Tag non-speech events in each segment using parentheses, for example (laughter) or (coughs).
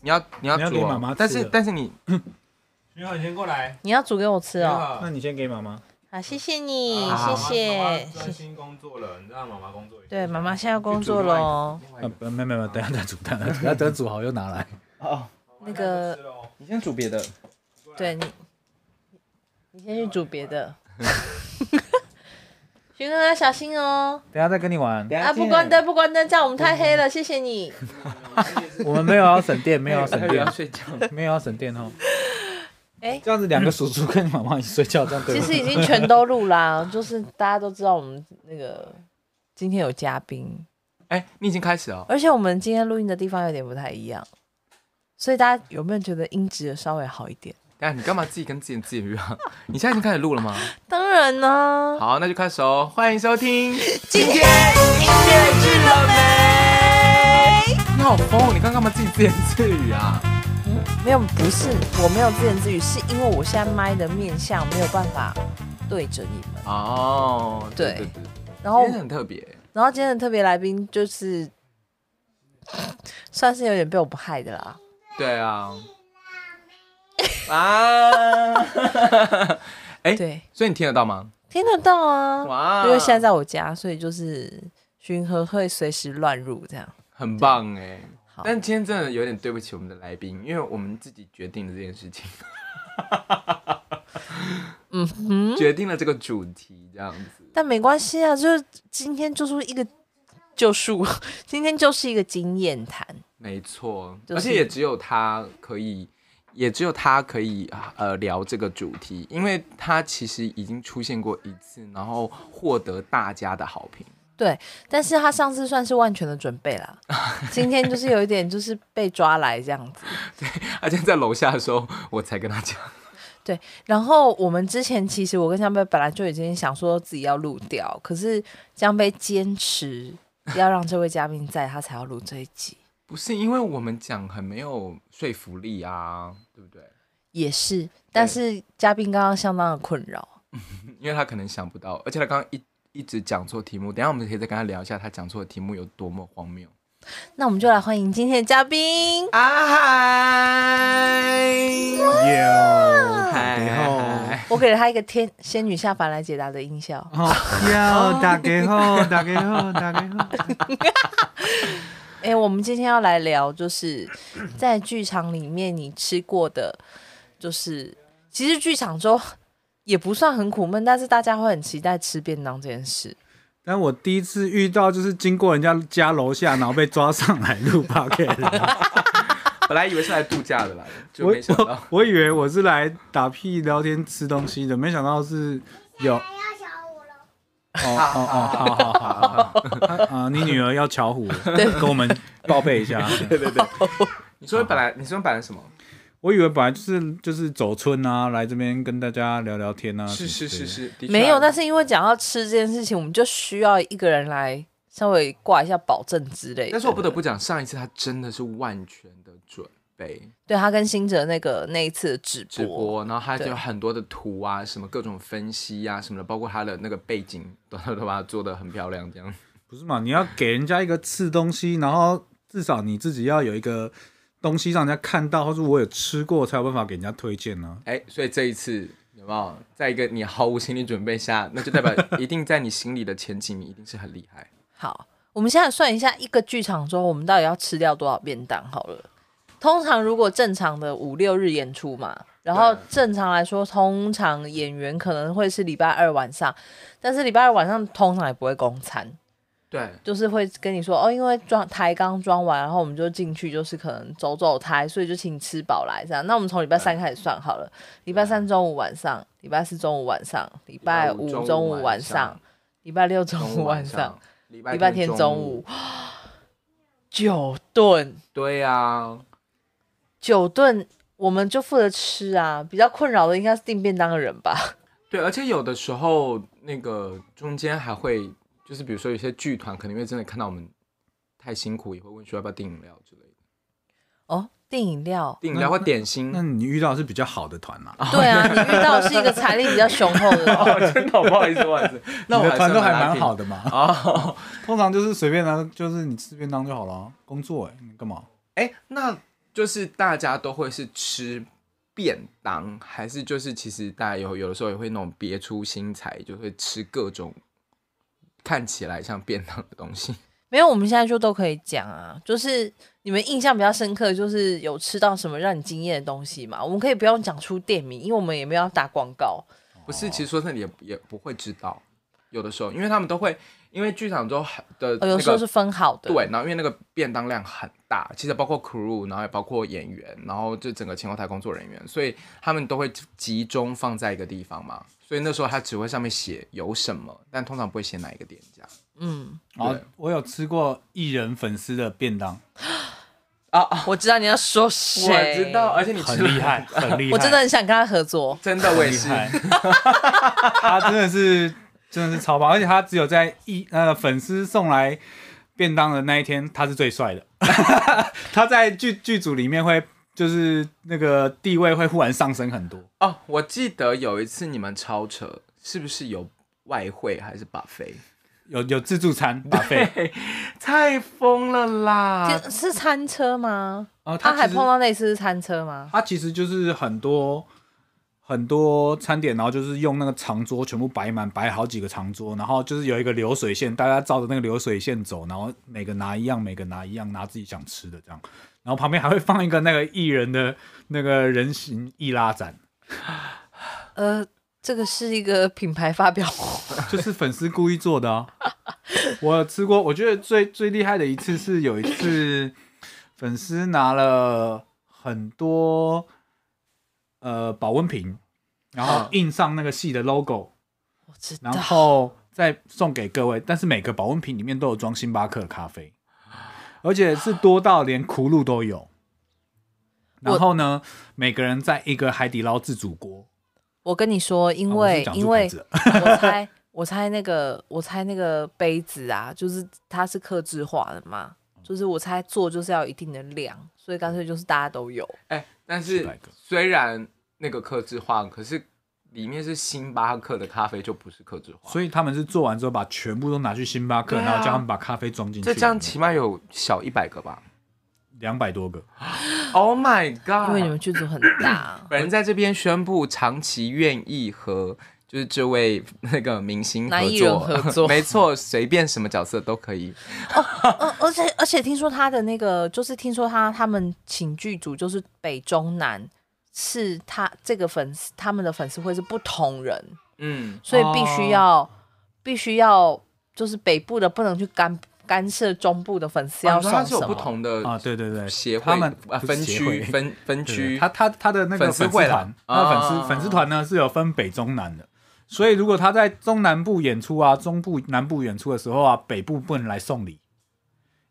你要你要你要煮给哦妈妈但吃是的但是你你好，你先过来。你要煮给我吃你哦。那好，你先给妈妈。好，谢谢你，好谢谢啊妈妈专谢谢。心工作了，你让妈妈工作一下。对，妈妈现在要工作了哦。另外一呃，个不没没没，等一下再煮蛋， (laughs) 等一下等煮好又拿来。哦，那个吃了哦，你先煮别的，对你，你先去煮别的。徐哥哥，小心哦！等一下再跟你玩。等啊，不关灯，不关灯，这样我们太黑了。谢谢你。我们没有要省电，没有要省还有电要，睡觉。没有要省电哦。哎这样子两个叔叔跟妈妈一起睡觉，这样对其吗实已经全都录啦，就是大家都知道我们那个今天有嘉宾， (laughs) 哎，你已经开始了哦，而且我们今天录音的地方有点不太一样，所以大家有没有觉得音质稍微好一点？等一下你干嘛自己跟自己自己约啊？ (laughs) 你现在已经开始录了吗？ (laughs) 当然呢、好，那就开始哦，欢迎收听。今天音乐剧了没？你好疯哦，你刚干嘛自己自言自语啊？没有，不是，我没有自言自语，是因为我现在麦的面相没有办法对着你们。哦，对对对，然后今，天啊很特别，然后今天的特别来宾就是，算是有点被我们害的啦。对 (laughs) 啊， (laughs) 啊，哎对，所以你听得到吗？听得到啊。哇，因为现在在我家，所以就是巡河会随时乱入这样。很棒哎。好，但今天真的有点对不起我们的来宾，因为我们自己决定了这件事情，嗯哼，决定了这个主题这样子。但没关系啊，就是今天就是一个救赎， (laughs) 今天就是一个经验谈。没错，就而是且也只有他可以，也只有他可以呃聊这个主题，因为他其实已经出现过一次，然后获得大家的好评。但是他上次算是万全的准备啦，今天就是有一点就是被抓来这样子。而且在楼下的时候，我才跟他讲，然后我们之前其实我跟江贝本来就已经想说自己要录掉，可是江贝坚持要让这位嘉宾在，他才要录这一集。不是因为我们讲很没有说服力啊，对不对？也是，但是嘉宾刚刚相当的困扰。因为他可能想不到，而且他刚刚一一直讲错题目，等一下我们可以再跟他聊一下他讲错的题目有多么荒谬。那我们就来欢迎今天的嘉宾。啊嗨，哟，哦嗨，我给了他一个天仙女下凡来解答的音效。好哟，哦打给后，打给后，打给后。 (laughs) 哎、我们今天要来聊，就是在剧场里面你吃过的，就是其实剧场中也不算很苦闷，但是大家会很期待吃便当这件事。但我第一次遇到就是经过人家家楼下，然后被抓上来录 p o c a s (laughs) t 本来以为是来度假的啦，就我没想到我。我以为我是来打屁聊天吃东西的，没想到是有哦要小五了，哦哦，好好好好 (laughs) 啊！你女儿要巧虎了，跟我们报备一 (laughs) 下。你说本来你说本来什么？我以为本来就是就是走村啊，来这边跟大家聊聊天啊。是是是什么之类是，的，的确没有，啊但是因为讲到吃这件事情，我们就需要一个人来稍微挂一下保证之类的。但是我不得不讲，上一次他真的是万全的准备对他跟新哲那个那一次的直播，直播，然后他就对有很多的图啊，什么各种分析啊什么的，包括他的那个背景都都把它做的很漂亮，这样。不是嘛？你要给人家一个吃东西，然后至少你自己要有一个东西让人家看到，或者我有吃过才有办法给人家推荐啊呢、哎，所以这一次有没有在一个你毫无心理准备下，那就代表 (laughs) 一定在你心里的前几名一定是很厉害。好，我们现在算一下，一个剧场中我们到底要吃掉多少便当好了。通常如果正常的五六日演出嘛，然后对正常来说，通常演员可能会是礼拜二晚上，但是礼拜二晚上通常也不会公餐， (laughs) 对，就是会跟你说哦，因为装台刚装完，然后我们就进去，就是可能走走台，所以就请你吃饱来这样。那我们从礼拜三开始算好了，礼拜三中午晚上，礼拜四中午晚上，礼拜五礼拜五中中午午晚晚上上，礼拜六中中午午晚晚上上，，礼拜礼拜天中午， (gasps) 九顿，对啊，九顿，我们就负责吃啊。比较困扰的应该是订便当的人吧？对，而且有的时候那个中间还会，就是比如说有些剧团可能因为真的看到我们太辛苦，也会问说要不要订饮料之类的，哦，订饮料。订饮料或点心那。你遇到的是比较好的团啦、对啊，你遇到的是一个财力比较雄厚的， (laughs) 哦， (laughs) 真的，不好意思，不好意思， (laughs) 那我你的团都还蛮好的的 (laughs) 嘛。哦。通常就是随便拿，就是你吃便当就好了啊。工作哎、你干嘛？哎，那就是大家都会是吃便当，还是就是其实大家有有的时候也会那种别出心裁，就会吃各种看起来像便当的东西。没有，我们现在就都可以讲啊。就是你们印象比较深刻，就是有吃到什么让你惊艳的东西嘛？我们可以不用讲出店名，因为我们也没有要打广告。不是，其实说真的也也不会知道，有的时候，因为他们都会，因为剧场中很的、哦、那有时候个是分好的，对，然后因为那个便当量很大，其实包括 crew，然后也包括演员，然后就整个前后台工作人员，所以他们都会集中放在一个地方嘛。所以那时候他只会上面写有什么，但通常不会写哪一个店家。嗯，然后对啊我有吃过艺人粉丝的便当，啊啊！我知道你要说谁，我知道，，而且你吃很了厉，害，很厉害，我真的很想跟他合作。真的我也厉是。害，他真的是真的是超棒，而且他只有在艺那个粉丝送来便当的那一天，他是最帅的。 (laughs) 他在剧剧组里面会就是那个地位会忽然上升很多。哦，我记得有一次你们超扯，是不是有外汇还是 buffet？有有自助餐把费，太疯了啦！天是餐车吗？哦，他还其实碰到类似餐车吗？它其实就是很多很多餐点，然后就是用那个长桌全部摆满，摆好几个长桌，然后就是有一个流水线，大家照着那个流水线走，然后每个拿一样，每个拿一样，拿自己想吃的这样。然后旁边还会放一个那个艺人的那个人形易拉展，呃，这个是一个品牌发表会，就是粉丝故意做的啊。 (laughs) 我有吃过，我觉得最最厉害的一次是有一次粉丝拿了很多呃保温瓶，然后印上那个戏的 logo， (laughs) 我知道然。后再送给各位。但是每个保温瓶里面都有装星巴克的咖啡，而且是多到连葫芦都有。然后呢，每个人在一个海底捞自助锅，我跟你说，因啊我是为、讲因出为牌子了 (laughs) 我猜我猜那个我猜那个杯子啊，就是它是克制化的嘛，就是我猜做就是要有一定的量，所以干脆就是大家都有。哎、但10是百个虽然那个克制化，可是里面是星巴克的咖啡，就不是克制化。所以他们是做完之后把全部都拿去星巴克，对啊然后叫他们把咖啡装进去。这这样起码有小一百个吧两百多个， ？Oh my 因为你们 god！，剧组很大 (coughs) 本人在这边宣布，长期愿意和就是这位那个明星男合艺人作，合 (laughs) 作没错，随便什么角色都可以。而呃而且而且听说他的那个，就是听说他他们请剧组就是北中南是他这个粉丝他们的粉丝会是不同人，嗯，所以必须哦要、必须要就是北部的不能去干干涉中部的粉丝要然送后什它么。是有不同的啊，对对对，呃协会，他们啊不是分协区会分分对对区，他他他的那个粉丝粉丝会啦团，他的粉啊丝粉丝团呢是有分北中南的，所以如果他在中南部演出啊，中部南部演出的时候啊，北部不能来送礼，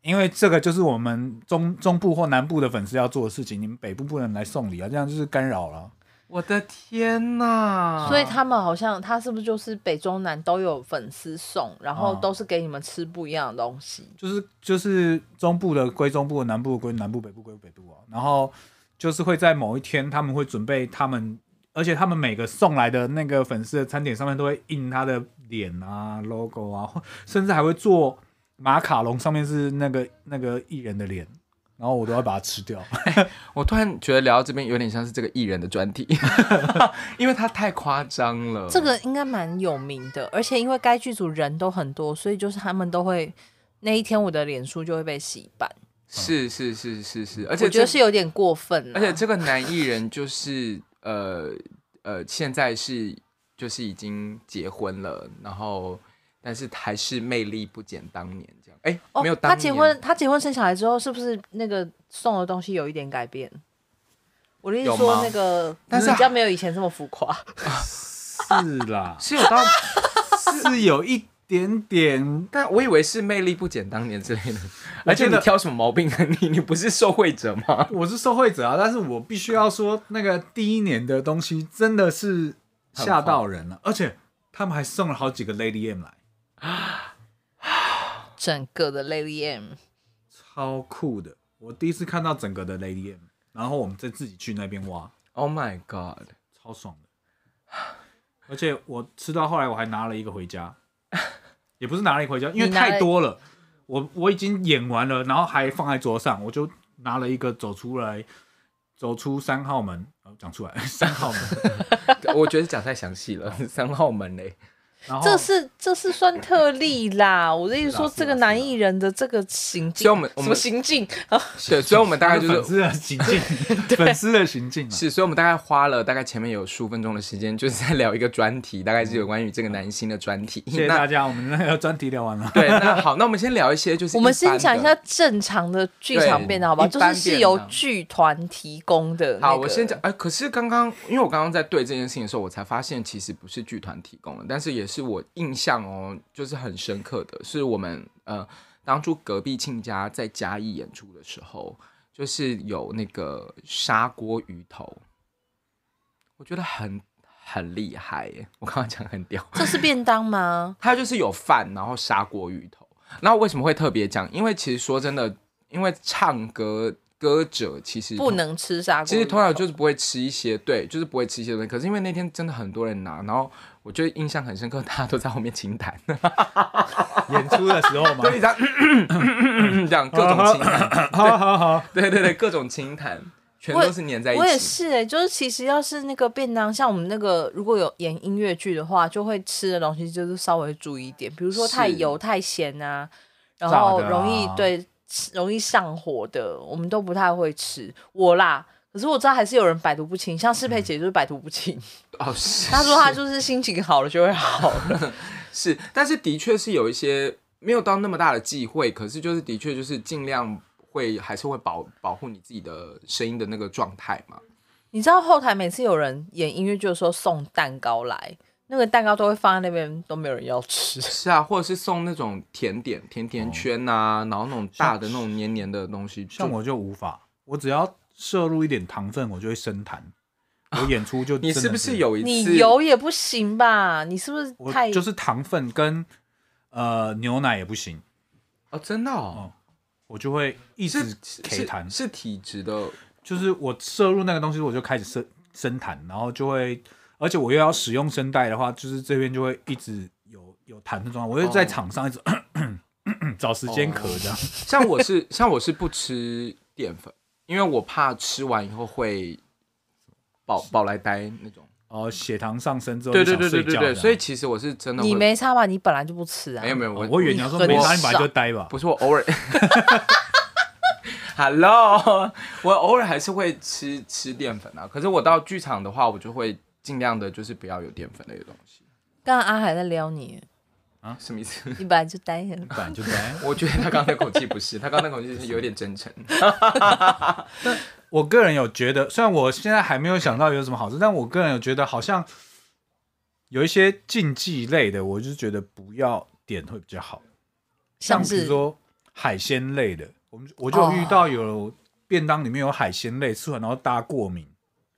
因为这个就是我们中中部或南部的粉丝要做的事情，你们北部不能来送礼啊，这样就是干扰了。我的天呐！所以他们好像他是不是就是北中南都有粉丝送，然后哦都是给你们吃不一样的东西。嗯就是就是中部的归中部，南部的归南部，北部归北部啊。然后就是会在某一天，他们会准备他们，而且他们每个送来的那个粉丝的餐点上面都会印他的脸啊、logo 啊，或甚至还会做马卡龙，上面是那个那个艺人的脸，然后我都要把它吃 (laughs) 掉。我突然觉得聊到这边有点像是这个艺人的专题， (laughs) 因为他太夸张了。这个应该蛮有名的，而且因为该剧组人都很多，所以就是他们都会那一天我的脸书就会被洗版，是是是是是，而我且觉这得是有点过分了。而啊且这个男艺人就是呃呃，现在是就是已经结婚了，然后但是还是魅力不减当年这样。哎、哦没有，当他年结婚，他结婚生小孩之后，是不是那个送的东西有一点改变？我的意思有说吗那个，嗯但是啊比较没有以前这么浮夸。是啦，是有到，是有一点点但我以为是魅力不减当年之类的。我而且觉你得挑什么毛病啊？ (laughs) 你你不是受贿者吗？我是受惠者啊，但是我必须要说，那个第一年的东西真的是吓到人了，而且他们还送了好几个 Lady M 来， (laughs) 整个的 Lady M，超酷的。我第一次看到整个的 Lady M，然后我们再自己去那边挖， Oh my god！超爽的。而且我吃到后来，我还拿了一个回家，也不是拿了一个回家，因为你拿了太多了，我我已经演完了，然后还放在桌上，我就拿了一个走出来，走出三号门，呃讲出来 (laughs) 三号门，我觉得讲太详细了，三号门嘞，然后哦这是这是算特例啦。我的意思说，是啦这个是啦男艺人的这个行所以径我们，我们什么行径？啊对，所以我们大概就粉是丝的行径， (laughs) 粉丝的行径嘛，是，所以我们大概花了大概前面有十五分钟的时间，就是在聊一个专题，大概是有关于这个男星的专题。谢谢那大家，我们那个专题聊完了。 (laughs) 对，那好，那我们先聊一些就是我们一般先的讲一下。正常的剧场对便当，好不好？一就般是是便由当剧团提供的、那好，个我先讲。哎、可是刚刚因为我刚刚在对这件事情的时候，我才发现其实不是剧团提供的，但是也是我印象哦，就是很深刻的，是我们呃当初隔壁亲家在嘉义演出的时候，就是有那个砂锅鱼头，我觉得很很厉害耶！我刚刚讲很屌，这是便当 (laughs) 吗？它就是有饭，然后砂锅鱼头。那为什么会特别讲？因为其实说真的，因为唱歌歌者其实不能吃砂锅鱼头。其实通常就是不会吃一些，对，就是不会吃一些东西。可是因为那天真的很多人拿，然后我就印象很深刻，大家都在后面清痰，演出的时候嘛，就一直这样 (laughs) 这样各种清痰，好好好，对对对，各种清痰，全都是粘在一我也起。是哎、就是其实要是那个便当，像我们那个如果有演音乐剧的话，就会吃的东西就是稍微注意一点，比如说太是油太咸啊，然炸的后容易、啊对吃容易上火的，我们都不太会吃。我啦，可是我知道还是有人百毒不侵，像适佩姐就是百毒不侵，哦，是她说她就是心情好了就会好了。是，但是的确是有一些没有到那么大的忌讳，可是就是的确就是尽量会还是会保保护你自己的声音的那个状态嘛。你知道后台每次有人演音乐剧的时候送蛋糕来，那个蛋糕都会放在那边，都没有人要吃。是啊，或者是送那种甜点甜甜圈呐、然后那种大的那种黏黏的东西，哦像就我就无法，我只要摄入一点糖分，我就会生痰。我演出就你真是的不是？有一次你油也不行吧？你是不是我太就是糖分跟呃牛奶也不行，哦？真的哦，我就会一是直是 K 痰。是体质的就是我摄入那个东西，我就开始生生痰，然后就会，而且我又要使用声带的话，就是这边就会一直有有痰的状况。我就在哦场上一直 (coughs) 找时间咳这样。像我是像我是不吃淀粉，因为我怕吃完以后会饱饱来呆那种。哦，血糖上升之后对就对对想对睡对觉对，这样，所以其实我是真的会你没差吧？你本来就不吃啊。没有没有我哦我以为你要说没我啥，你本来就呆吧。不是我偶尔，Hello，我偶尔还是会吃吃淀粉啊。可是我到剧场的话，我就会尽量的就是不要有淀粉类的东西。刚刚阿海在撩你，什么意思？你本来就呆很。 (laughs) 本来就呆。我觉得他刚才口气不是，他刚才口气是有点真诚。我个人有觉得，虽然我现在还没有想到有什么好处，但我个人有觉得好像有一些竞技类的，我就觉得不要点会比较好。像比如是哦说海鲜类的，我们我就有遇到有便当里面有海鲜类，吃完然后大家过敏，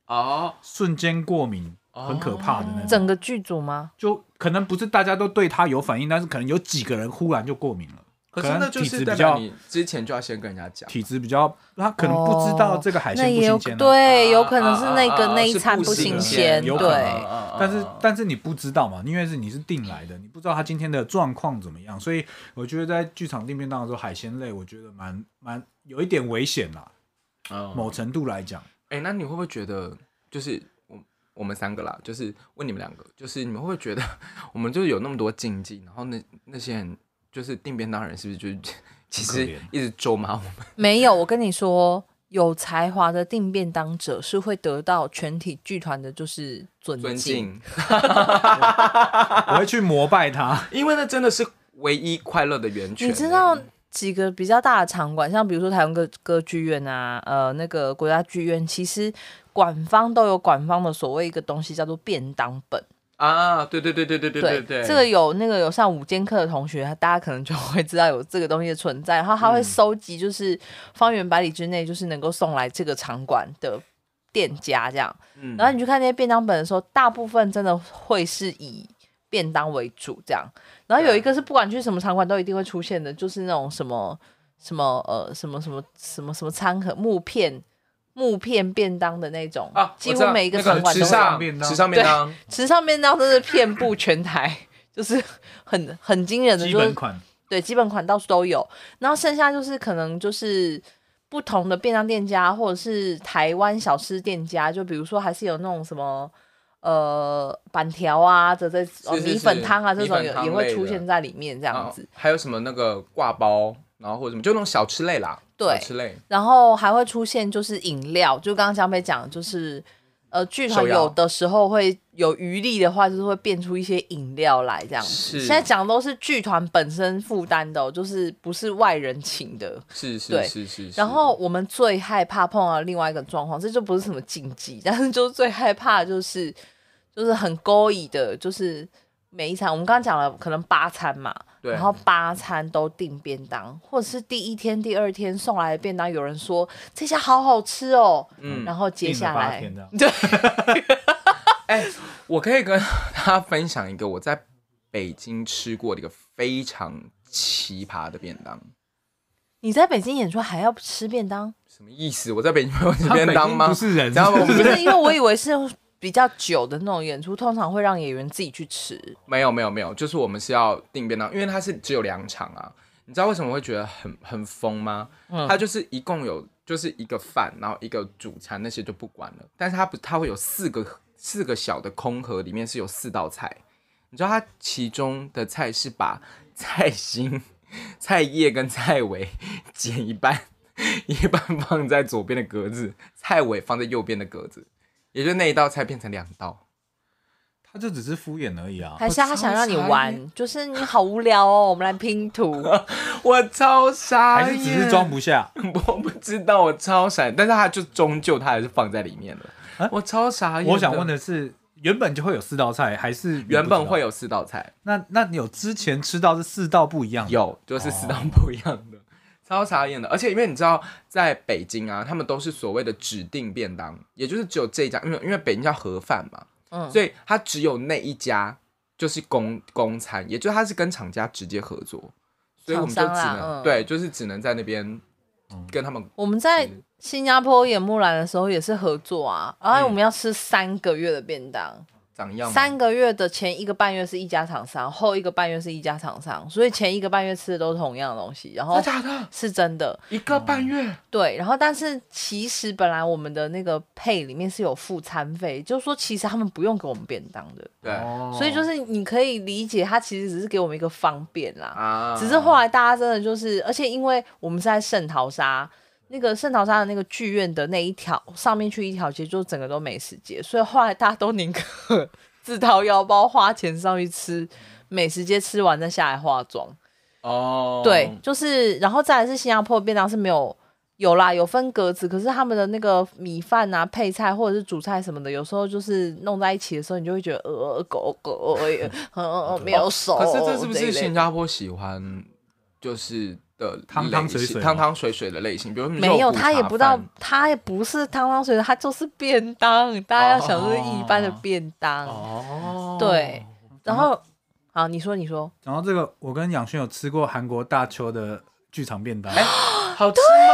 哦，瞬间过敏，很可怕的那种。整个剧组吗？就可能不是大家都对它有反应，但是可能有几个人忽然就过敏了。可是能那就体是质代比表较你之前就要先跟人家讲。体质比较，他可能不知道这个海哦那鲜不也有新鲜、啊啊对，有可能是那啊个啊啊那一是餐不不新新鲜鲜，有可能啊对。但是但是你不知道嘛，因为是你是订来的，你不知道他今天的状况怎么样，所以我觉得在剧场订便当的时候，海鲜类我觉得蛮蛮有一点危险啦，某某程度来讲，哎、那你会不会觉得，就是我我们三个啦，就是问你们两个，就是你们会不会觉得我们就是有那么多禁忌，然后那那些人就是定便当的人是不是就是其很可实怜一直咒骂我们？没有，我跟你说，有才华的定便当者是会得到全体剧团的，就是尊尊敬。敬，我会去膜拜 (laughs) 他。因为那真的是唯一快乐的源泉。你知道几个比较大的场馆，像比如说台湾歌歌剧院啊，呃，那个国家剧院，其实馆方都有馆方的所谓一个东西叫做便当本。啊？对对对对对对对对，这个有那个有上午间课的同学，大家可能就会知道有这个东西的存在，然后他会收集，就是方圆百里之内，就是能够送来这个场馆的店家这样。嗯然后你去看那些便当本的时候，大部分真的会是以便当为主这样。然后有一个是不管去什么场馆都一定会出现的，就是那种什么什么呃什么什么什么什么餐盒木片。木片便当的那种，啊，几我乎知道每一个那场馆时都会有尚便当时尚便当，池上便当真是遍布全台， (laughs) 就是很很惊人的，基就本是款对基本款到处都有。然后剩下就是可能就是不同的便当店家或者是台湾小吃店家，就比如说还是有那种什么呃板条啊这这哦是是米粉汤啊是这种米粉也汤也类会的出现在里面这样啊子，还有什么那个挂包，然后或者什么，就那种小吃类啦，对小吃类，然后还会出现就是饮料，就刚刚江北讲的就是。呃，剧团手摇有的时候会有余力的话，就是会变出一些饮料来这样子。是现在讲的都是剧团本身负担的哦、就是不是外人请的。是是对是是是。然后我们最害怕碰到另外一个状况，这就不是什么禁忌，但是就最害怕的就是就是很勾引的，就是每一餐我们刚刚讲了可能八餐嘛，对然后八餐都订便当，或者是第一天、第二天送来的便当，有人说这家好好吃哦，嗯然后接下来订了八天这样对，我可以跟大家分享一个我在北京吃过的一个非常奇葩的便当。你在北京演出还要吃 (laughs) 便当，什么意思？我在北京没有吃他便当北京吗不？是人，然后我不们是因为我以为是比较久的那种演出，通常会让演员自己去 (laughs) 吃，没有没有没有，就是我们是要订便当，因为它是只有两场啊。你知道为什么会觉得很很疯吗？嗯它就是一共有就是一个饭，然后一个主餐那些就不管了，但是它不它会有四个四个小的空盒，里面是有四道菜。你知道它其中的菜是把菜心、 (laughs) 菜叶跟菜尾剪一半， (laughs) 一半放在左边的格子，菜尾放在右边的格子，也就那一道菜变成两道。他就只是敷衍而已啊。还是他想让你我超傻玩，就是你好无聊哦，我们来拼图。 (laughs) 我超傻眼，还是只是装不下，我不知道，我超傻眼，但是他就终究他还是放在里面了，啊我超傻眼。我想问，的是，原本就会有四道菜，还是你不原本会知道？有四道菜，那那你有之前吃到是四道不一样的？有哦就是四哦道不一样的，超傻眼的。而且因为你知道，在北京啊，他们都是所谓的指定便当，也就是只有这一家，因为因为北京叫盒饭嘛，嗯所以它只有那一家就是公公餐，也就是它是跟厂家直接合作，所以我们就只厂商啦能、嗯对，就是只能在那边嗯跟他们我们在新加坡演木兰的时候也是合作啊，然后我们要吃三个月的便当，长一样嘛。三个月的前一个半月是一家厂商，后一个半月是一家厂商，所以前一个半月吃的都是同样的东西，然后真的假的？是真的一个半月。哦对，然后但是其实本来我们的那个配里面是有付餐费，就是说其实他们不用给我们便当的，对哦所以就是你可以理解，他其实只是给我们一个方便啦。啊只是后来大家真的就是，而且因为我们是在圣淘沙那个圣淘沙的那个剧院的那一条上面去一条街，就整个都美食街，所以后来大家都宁可 (laughs) 自掏腰包花钱上去吃美食街，吃完再下来化妆。哦，对，就是然后再来是新加坡的便当是没有。有啦，有分格子，可是他们的那个米饭啊、配菜或者是主菜什么的，有时候就是弄在一起的时候，你就会觉得呃，狗狗，呃，呃没有手。哦可是这是不一是类的新加坡喜欢就是的汤汤类型水水吗汤汤水水的类型？比如 (laughs) 你没有，有，他也不知道，他也不是汤汤水水，他就是便当。大家要想是一般的便当，哦，对。然后，好，你说，你说，然后这个，我跟杨轩有吃过韩国大邱的剧场便哎当，好吃对吗？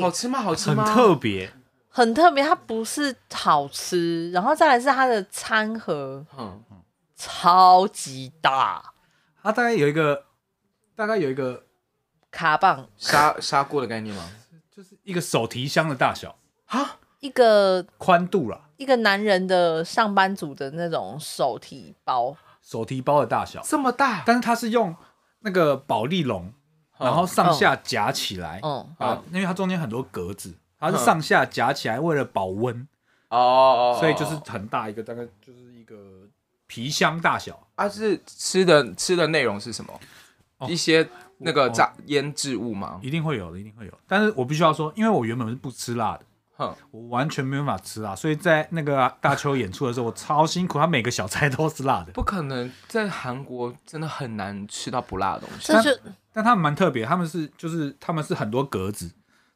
好吃吗？好吃很吗？特别。很特别，它不是好吃，然后再来是它的餐盒嗯，超级大，它大概有一个，大概有一个，卡棒砂砂锅的概念吗？就是一个手提箱的大小啊，一个宽度啦，一个男人的上班族的那种手提包，手提包的大小。这么大，哦但是它是用那个保利龙，然后上下夹起来，嗯，啊，因为它中间很多格子，嗯它是上下夹起来，为了保温，哦哦，哦所以就是很大一个，大概就是一个皮箱大小。啊，是吃的吃的内容是什么？一些那个炸腌制物吗？一定会有的，一定会有。但是我必须要说，因为我原本是不吃辣的，哼，我完全没办法吃辣，啊所以在那个大邱演出的时候，我超辛苦，他每个小菜都是辣的。不可能，在韩国真的很难吃到不辣的东西。这就但他们蛮特别，他们是就是他们是很多格子，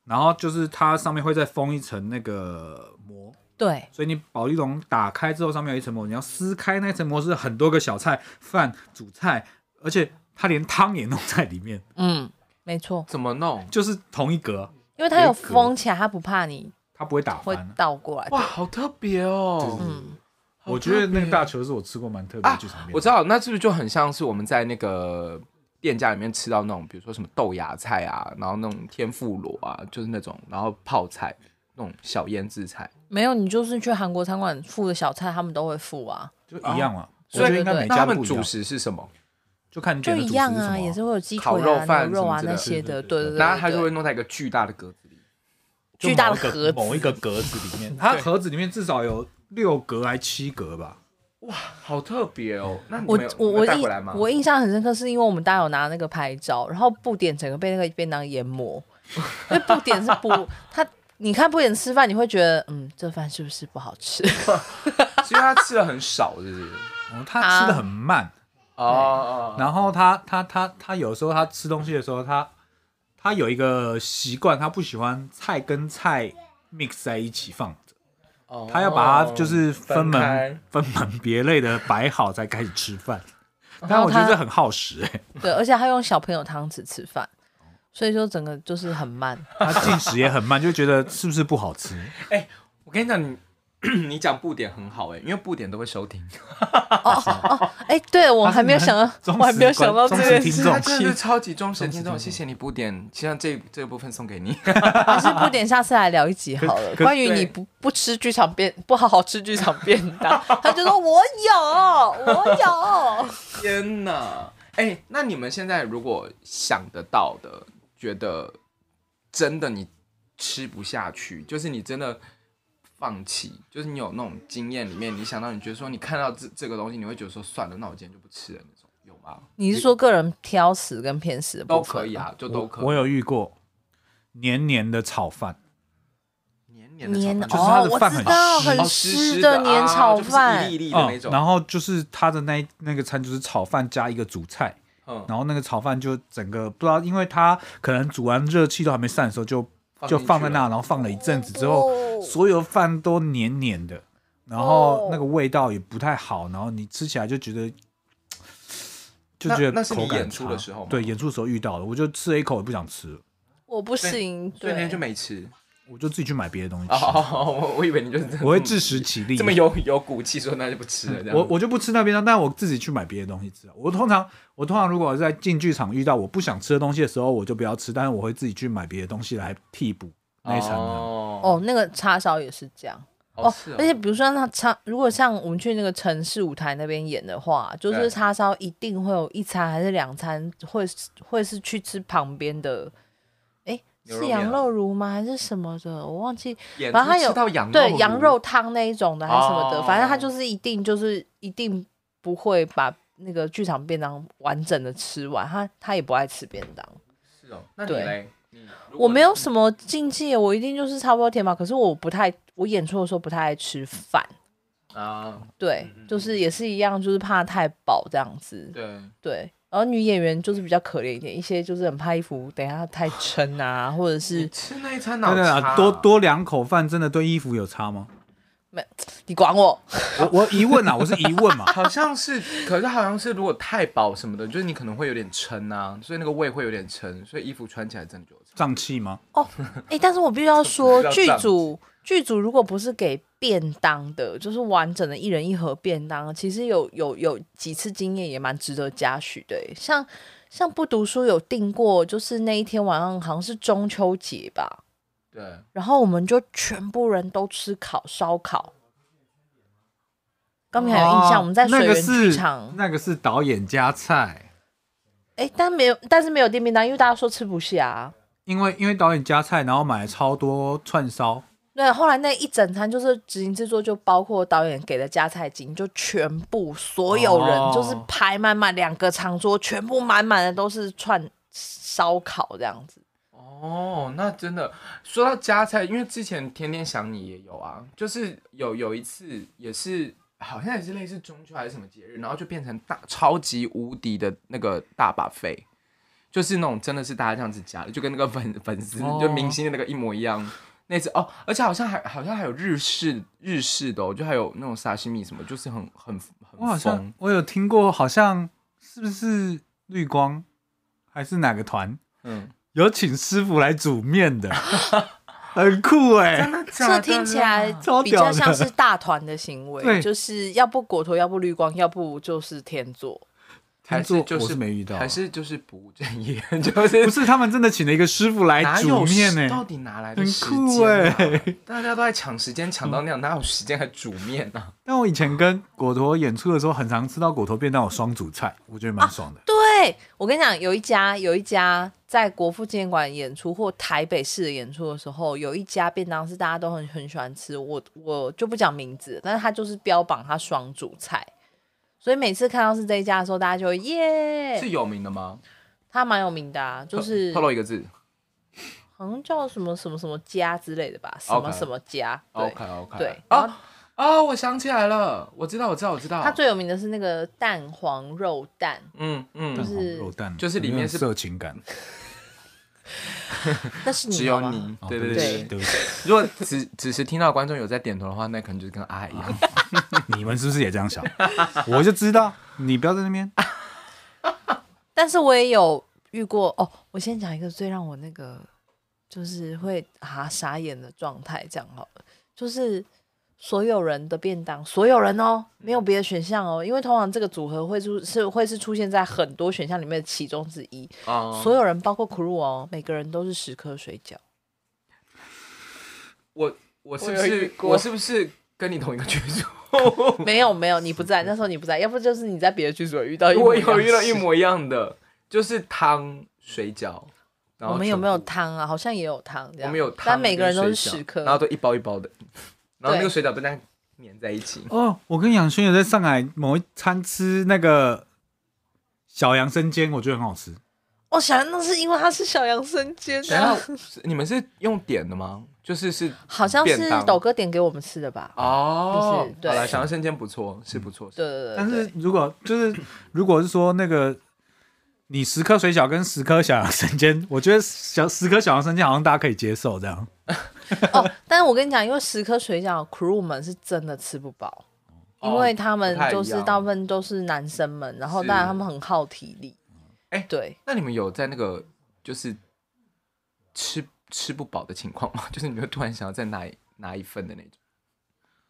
然后就是它上面会再封一层那个膜，对，所以你保利龙打开之后，上面有一层膜，你要撕开那层膜是很多个小菜、饭、主菜，而且它连汤也弄在里面，嗯，没错，怎么弄？就是同一格，因为它有有一格啊封起来，它不怕你它不会打会 (laughs) 翻。倒过来。哇，好特别哦！嗯，我觉得那个大球是我吃过蛮特别的啊剧场面，我知道，那是不是就很像是我们在那个店家里面吃到那种，比如说什么豆芽菜啊，然后那种天妇罗啊，就是那种，然后泡菜那种小腌制菜，没有，你就是去韩国餐馆付的小菜，他们都会付啊，就一样啊。所以我觉得应该每那他家们不一主样，食是什么？就看你就点的一主食样什么啊，也是会有鸡烤腿肉啊、饭牛肉啊什么那之些类的，的对对对。然后他对就会弄在一个巨大的格子里，就巨大的某一个盒子某一个格子里面，它盒子里面至少有六格还七格吧。好特别哦。那你我们有我你们我带回来吗印？我印象很深刻，是因为我们大家有拿那个拍照，然后布点整个被那个便当淹 (laughs) 没，因为布点是不他。你看布点吃饭，你会觉得，嗯，这饭是不是不好吃？ (laughs) 其实他吃的很少，是不 (laughs) 是？哦，他吃的很慢，哦哦，哦然后他他他他有时候他吃东西的时候，他他有一个习惯，他不喜欢菜跟菜 mix 在一起放着，哦他要把它就是分门开分门别类的摆好才开始吃饭。但后我觉得他这很耗时哎、对，而且他用小朋友汤匙吃饭，哦所以说整个就是很慢。他进食也很慢，就觉得是不是不好吃？我跟你讲，你 (coughs) 你讲布点很好哎、因为布点都会收听，哎、对我还没有想到，忠我还没有实观想到这忠实件 (laughs) 听事众，他真的是超级忠实的听忠众，实谢谢你布点，希望这这个部分送给你。还是布点下次来聊一集好了。可可关于对你不不吃剧场便， (laughs) 不好好吃剧场便当， (laughs) 他就说我有，我 (laughs) 有。天哪！哎、那你们现在如果想得到的，觉得真的你吃不下去，就是你真的放弃，就是你有那种经验里面，你想到你觉得说你看到这这个东西，你会觉得说算了，那我今天就不吃了那种，有吗？你是说个人挑食跟偏食的部都分可以？啊，就都可以。我我有遇过黏黏的炒饭，黏黏的黏炒饭就是它哦，的我饭知很道湿哦很湿湿的黏炒啊就不是饭一，粒一粒的那嗯，种。然后就是他的那一那个餐就是炒饭加一个主菜，嗯然后那个炒饭就整个不知道，因为它可能煮完热气都还没散的时候就就放在那，然后放了一阵子之后，哦所有饭都黏黏的，然后那个味道也不太好，然后你吃起来就觉得。就觉得那那是你口感演出的差时候吗对，演出的时候遇到的，我就吃了一口也不想吃了，我不行，所以那天就对，没吃。我就自己去买别的东西哦吃。哦，哦我我以为你就是 (laughs) 我会自食 (laughs) 其力，这么有有骨气说那就不吃了这样。我我就不吃那边的，但我自己去买别的东西吃。啊我通常我通常如果在进剧场遇到我不想吃的东西的时候，我就不要吃，但是我会自己去买别的东西来替补那一餐的。哦哦，那个叉烧也是这样。哦，是哦而且比如说那叉，如果像我们去那个城市舞台那边演的话，就对是叉烧一定会有一餐还是两餐会会是去吃旁边的，哎、牛肉是面啊羊肉炉吗？还是什么的？我忘记，演反正它出吃有到嗯羊肉对，羊炉肉汤那一种的还是什么的，哦反正它就是一定就是一定不会把那个剧场便当完整的吃完，他他也不爱吃便当。是哦，那你对嘞？你如果我没有什么禁忌，我一定就是差不多填饱，可是我不太，我演出的时候不太爱吃饭。啊，对嗯嗯，就是也是一样，就是怕太饱这样子。对，对，然后女演员就是比较可怜一点，一些就是很怕衣服等一下太撑啊，或者你是吃那一餐脑真的差啊，多多两口饭真的对衣服有差吗？你管我， (laughs)。我我疑问啊，我是疑问嘛好像是，可是好像是如果太饱什么的，就是你可能会有点撑啊，所以那个胃会有点撑，所以衣服穿起来真的就有差。胀气 (laughs) 吗？哎、但是我必须 (laughs) 要说不，要剧这样组剧组如果不是给便当的，就是完整的一人一盒便当，其实有有有几次经验也蛮值得嘉许的、欸像像不读书有订过，就是那一天晚上好像是中秋节吧，对，然后我们就全部人都吃烤烧烤。刚明还有印象，我们在水哦那个源剧是场，那个是导演加菜，哎、但没有，但是没有订便当，因为大家说吃不下、啊。因为因为导演加菜，然后买了超多串烧，对，后来那一整餐就是执行制作，就包括导演给的加菜金，就全部所有人哦就是排满满两个长桌，全部满满的都是串烧烤这样子。哦，那真的说到加菜，因为之前天天想你也有啊，就是有有一次也是好像也是类似中秋还是什么节日，然后就变成大超级无敌的那个大把费，就是那种真的是大家这样子加的，就跟那个粉粉丝、哦就明星的那个一模一样。那次哦，而且好像还好像还有日式日式的、哦，就还有那种沙西米什么，就是很很我很好疯像。我有听过，好像是不是绿光还是哪个团？嗯，有请师傅来煮面的， (laughs) 很酷哎、这听起来超比屌较的像是大团的行为， (laughs) 对就是要不果陀，要不绿光，要不就是天作。还工是作就我是没遇到啊还是就是不务正业， (laughs) 就是不是他们真的请了一个师傅来哪哎煮有面欸时呢、到底哪来的很时酷间啊欸 (laughs) 大家都在抢时间，抢到那样，哪有时间还煮面呢、啊？但我以前跟果陀演出的时候，很常吃到果陀便当有双主菜，我觉得蛮爽啊的。对我跟你讲，有一家有一家在国父纪念馆演出或台北市的演出的时候，有一家便当是大家都很很喜欢吃，我我就不讲名字，但是它就是标榜它双主菜，所以每次看到是这一家的时候，大家就会耶，是有呃名的吗？它蛮有名的、啊，嗯就是透透露一个字。好像叫什么什么什么家之类的吧，什么 OK 什么家，对 OK OK。对然后啊啊！我想起来了，我知道，我知道，我知道。它最有名的是那个蛋黄肉蛋，嗯蛋嗯，黄是肉蛋就是里有没有面是色情感，那是你只好有吗你哦。对对不对起，对。对不起，如果只只是听到观众有在点头的话，那可能就是跟阿姨一样。 (laughs) 你们是不是也这样想？我就知道，你不要在那边。但是我也有遇过哦。我先讲一个最让我那个就是会啊傻眼的状态，这样好了，就是所有人的便当，所有人哦，嗯没有别的选项哦，因为通常这个组合会出是会是出现在很多选项里面的其中之一。哦所有人包括 crew 哦，每个人都是十颗水 (laughs) 饺。我我是不我有遇是过我是不是跟你同一个群 (laughs) 组？没有没有，你不在，那时候你不在，要不就是你在别的剧组有遇到一模我一样 (laughs) 的有遇到一事。模一样的，就是汤水饺。然我后们有全没有部？汤啊？好像也有汤，这我样们有汤，但每个人都是十水饺颗。然后都一包一包 (laughs) 的，然后那对个水饺都这样粘在一起。哦，我跟杨轩也在上海某一餐吃那个小杨生煎，我觉得很好吃。哦，小杨那是因为它是小杨生 (laughs) 煎等一下的，，是你们是用点的吗？就是是好像便是当抖哥点给我们吃的吧？哦就是，对好了，想要生煎不错，是不错。对对对对，但是如果就是如果是说那个你十颗水饺跟十颗小杨生煎，我觉得小十颗小杨生煎好像大家可以接受这样。哦，但是我跟你讲，因为十颗水饺，crew 们是真的吃不饱，哦因为他们不太一就样是大部分都是男生们，然后是当然他们很耗体力。哎对，那你们有在那个就是吃吃不饱的情况吗？ (laughs) 就是你会突然想要再拿一拿一份的那种，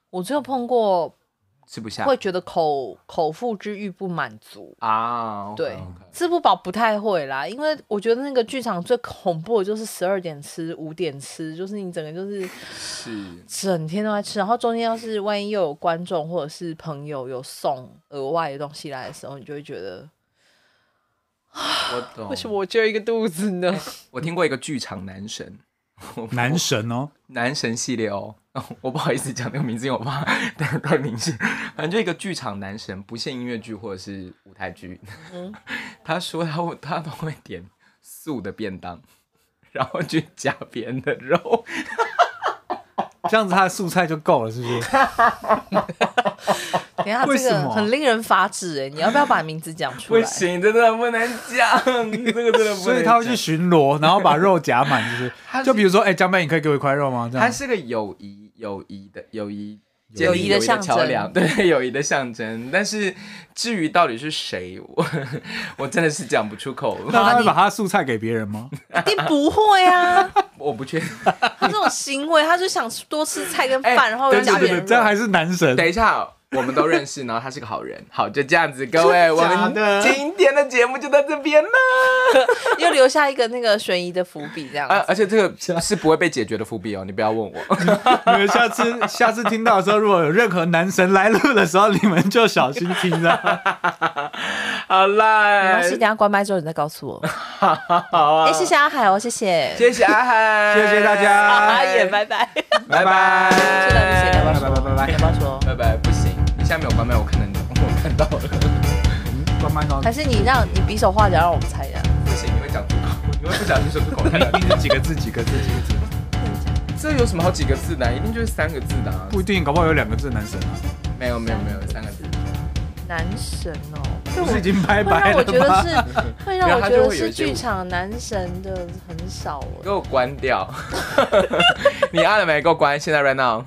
我只有碰过吃不下会觉得口口腹之欲不满足，啊？对 OK，OK，吃不饱不太会啦，因为我觉得那个剧场最恐怖的就是十二点吃，五点吃，就是你整个就是是整天都在吃，然后中间要是万一又有观众或者是朋友有送额外的东西来的时候，你就会觉得我懂。 (laughs) 为什么我只有一个肚子呢？我听过一个剧场男神，男神哦，男神系列哦， (laughs) 我不好意思讲那个名字，因为我怕 (laughs) 太太明显。反正就一个剧场男神，不限音乐剧或者是舞台剧。嗯他说他会他都会点素的便当， (laughs) 然后去夹别人的肉。哦这样子他的素菜就够了，是不是？ (laughs) 等一下 (laughs) 为这什个么很令人发指哎、你要不要把名字讲 (laughs) (laughs) 出不来？行，真的不能讲， (laughs) (laughs) 这个真的不能讲。所以他会去巡逻，然后把肉夹满，是不 (laughs) 他是？是就比如说，哎、江贝，你可以给我一块肉吗？这它样。是个友谊、友谊的友谊、啊友谊建立的的象征桥梁， (laughs) 对友谊的象征。但是至于到底是谁，我 (laughs) 我真的是讲不出口，那他会把他的素菜给别人吗？一定不会啊！我不确定。他这种行为，他就想多吃菜跟饭，哎然后又夹对别对人对这样肉。还是男神？等一下，我们都认识，然后他是个好人。 (laughs) 好，就这样子，各位，我假的们今天的节目就到这边 (laughs) 了。又留下一个那个悬疑的伏笔， (laughs) 这样啊，子。而且这个是不会被解决的伏笔哦，你不要问 (laughs) 我。你们下次下次听到的时候，如果有任何男神来录的时候，你们就小心听着。好没啦关，系，等一下关麦之后你再告诉 (laughs) 我。好哎、啊，谢谢阿海哦，谢谢，谢谢阿海，谢谢大家阿也拜拜。拜拜。这段不行，要不要说？拜拜拜拜要不要说？拜拜，不行，你下面有关麦，我看得到，我看到了。关麦高还是你让你比手画脚让我们猜一下？不行，你会讲出口，你会不小心说出口 (laughs) 太难一定是几个字，几个字，几个字，这有什么好几个字的啊、一定就是三个字的、啊。不一定，搞不好有两个字的男神啊，没有没有没有三个字。男神哦，不是已经拜会拜让我了觉得吗？是，会让然后我他觉就得会有是一些剧场男神的很少了 (laughs) 哦给。我关掉！你按了没？给我关！现在 right now。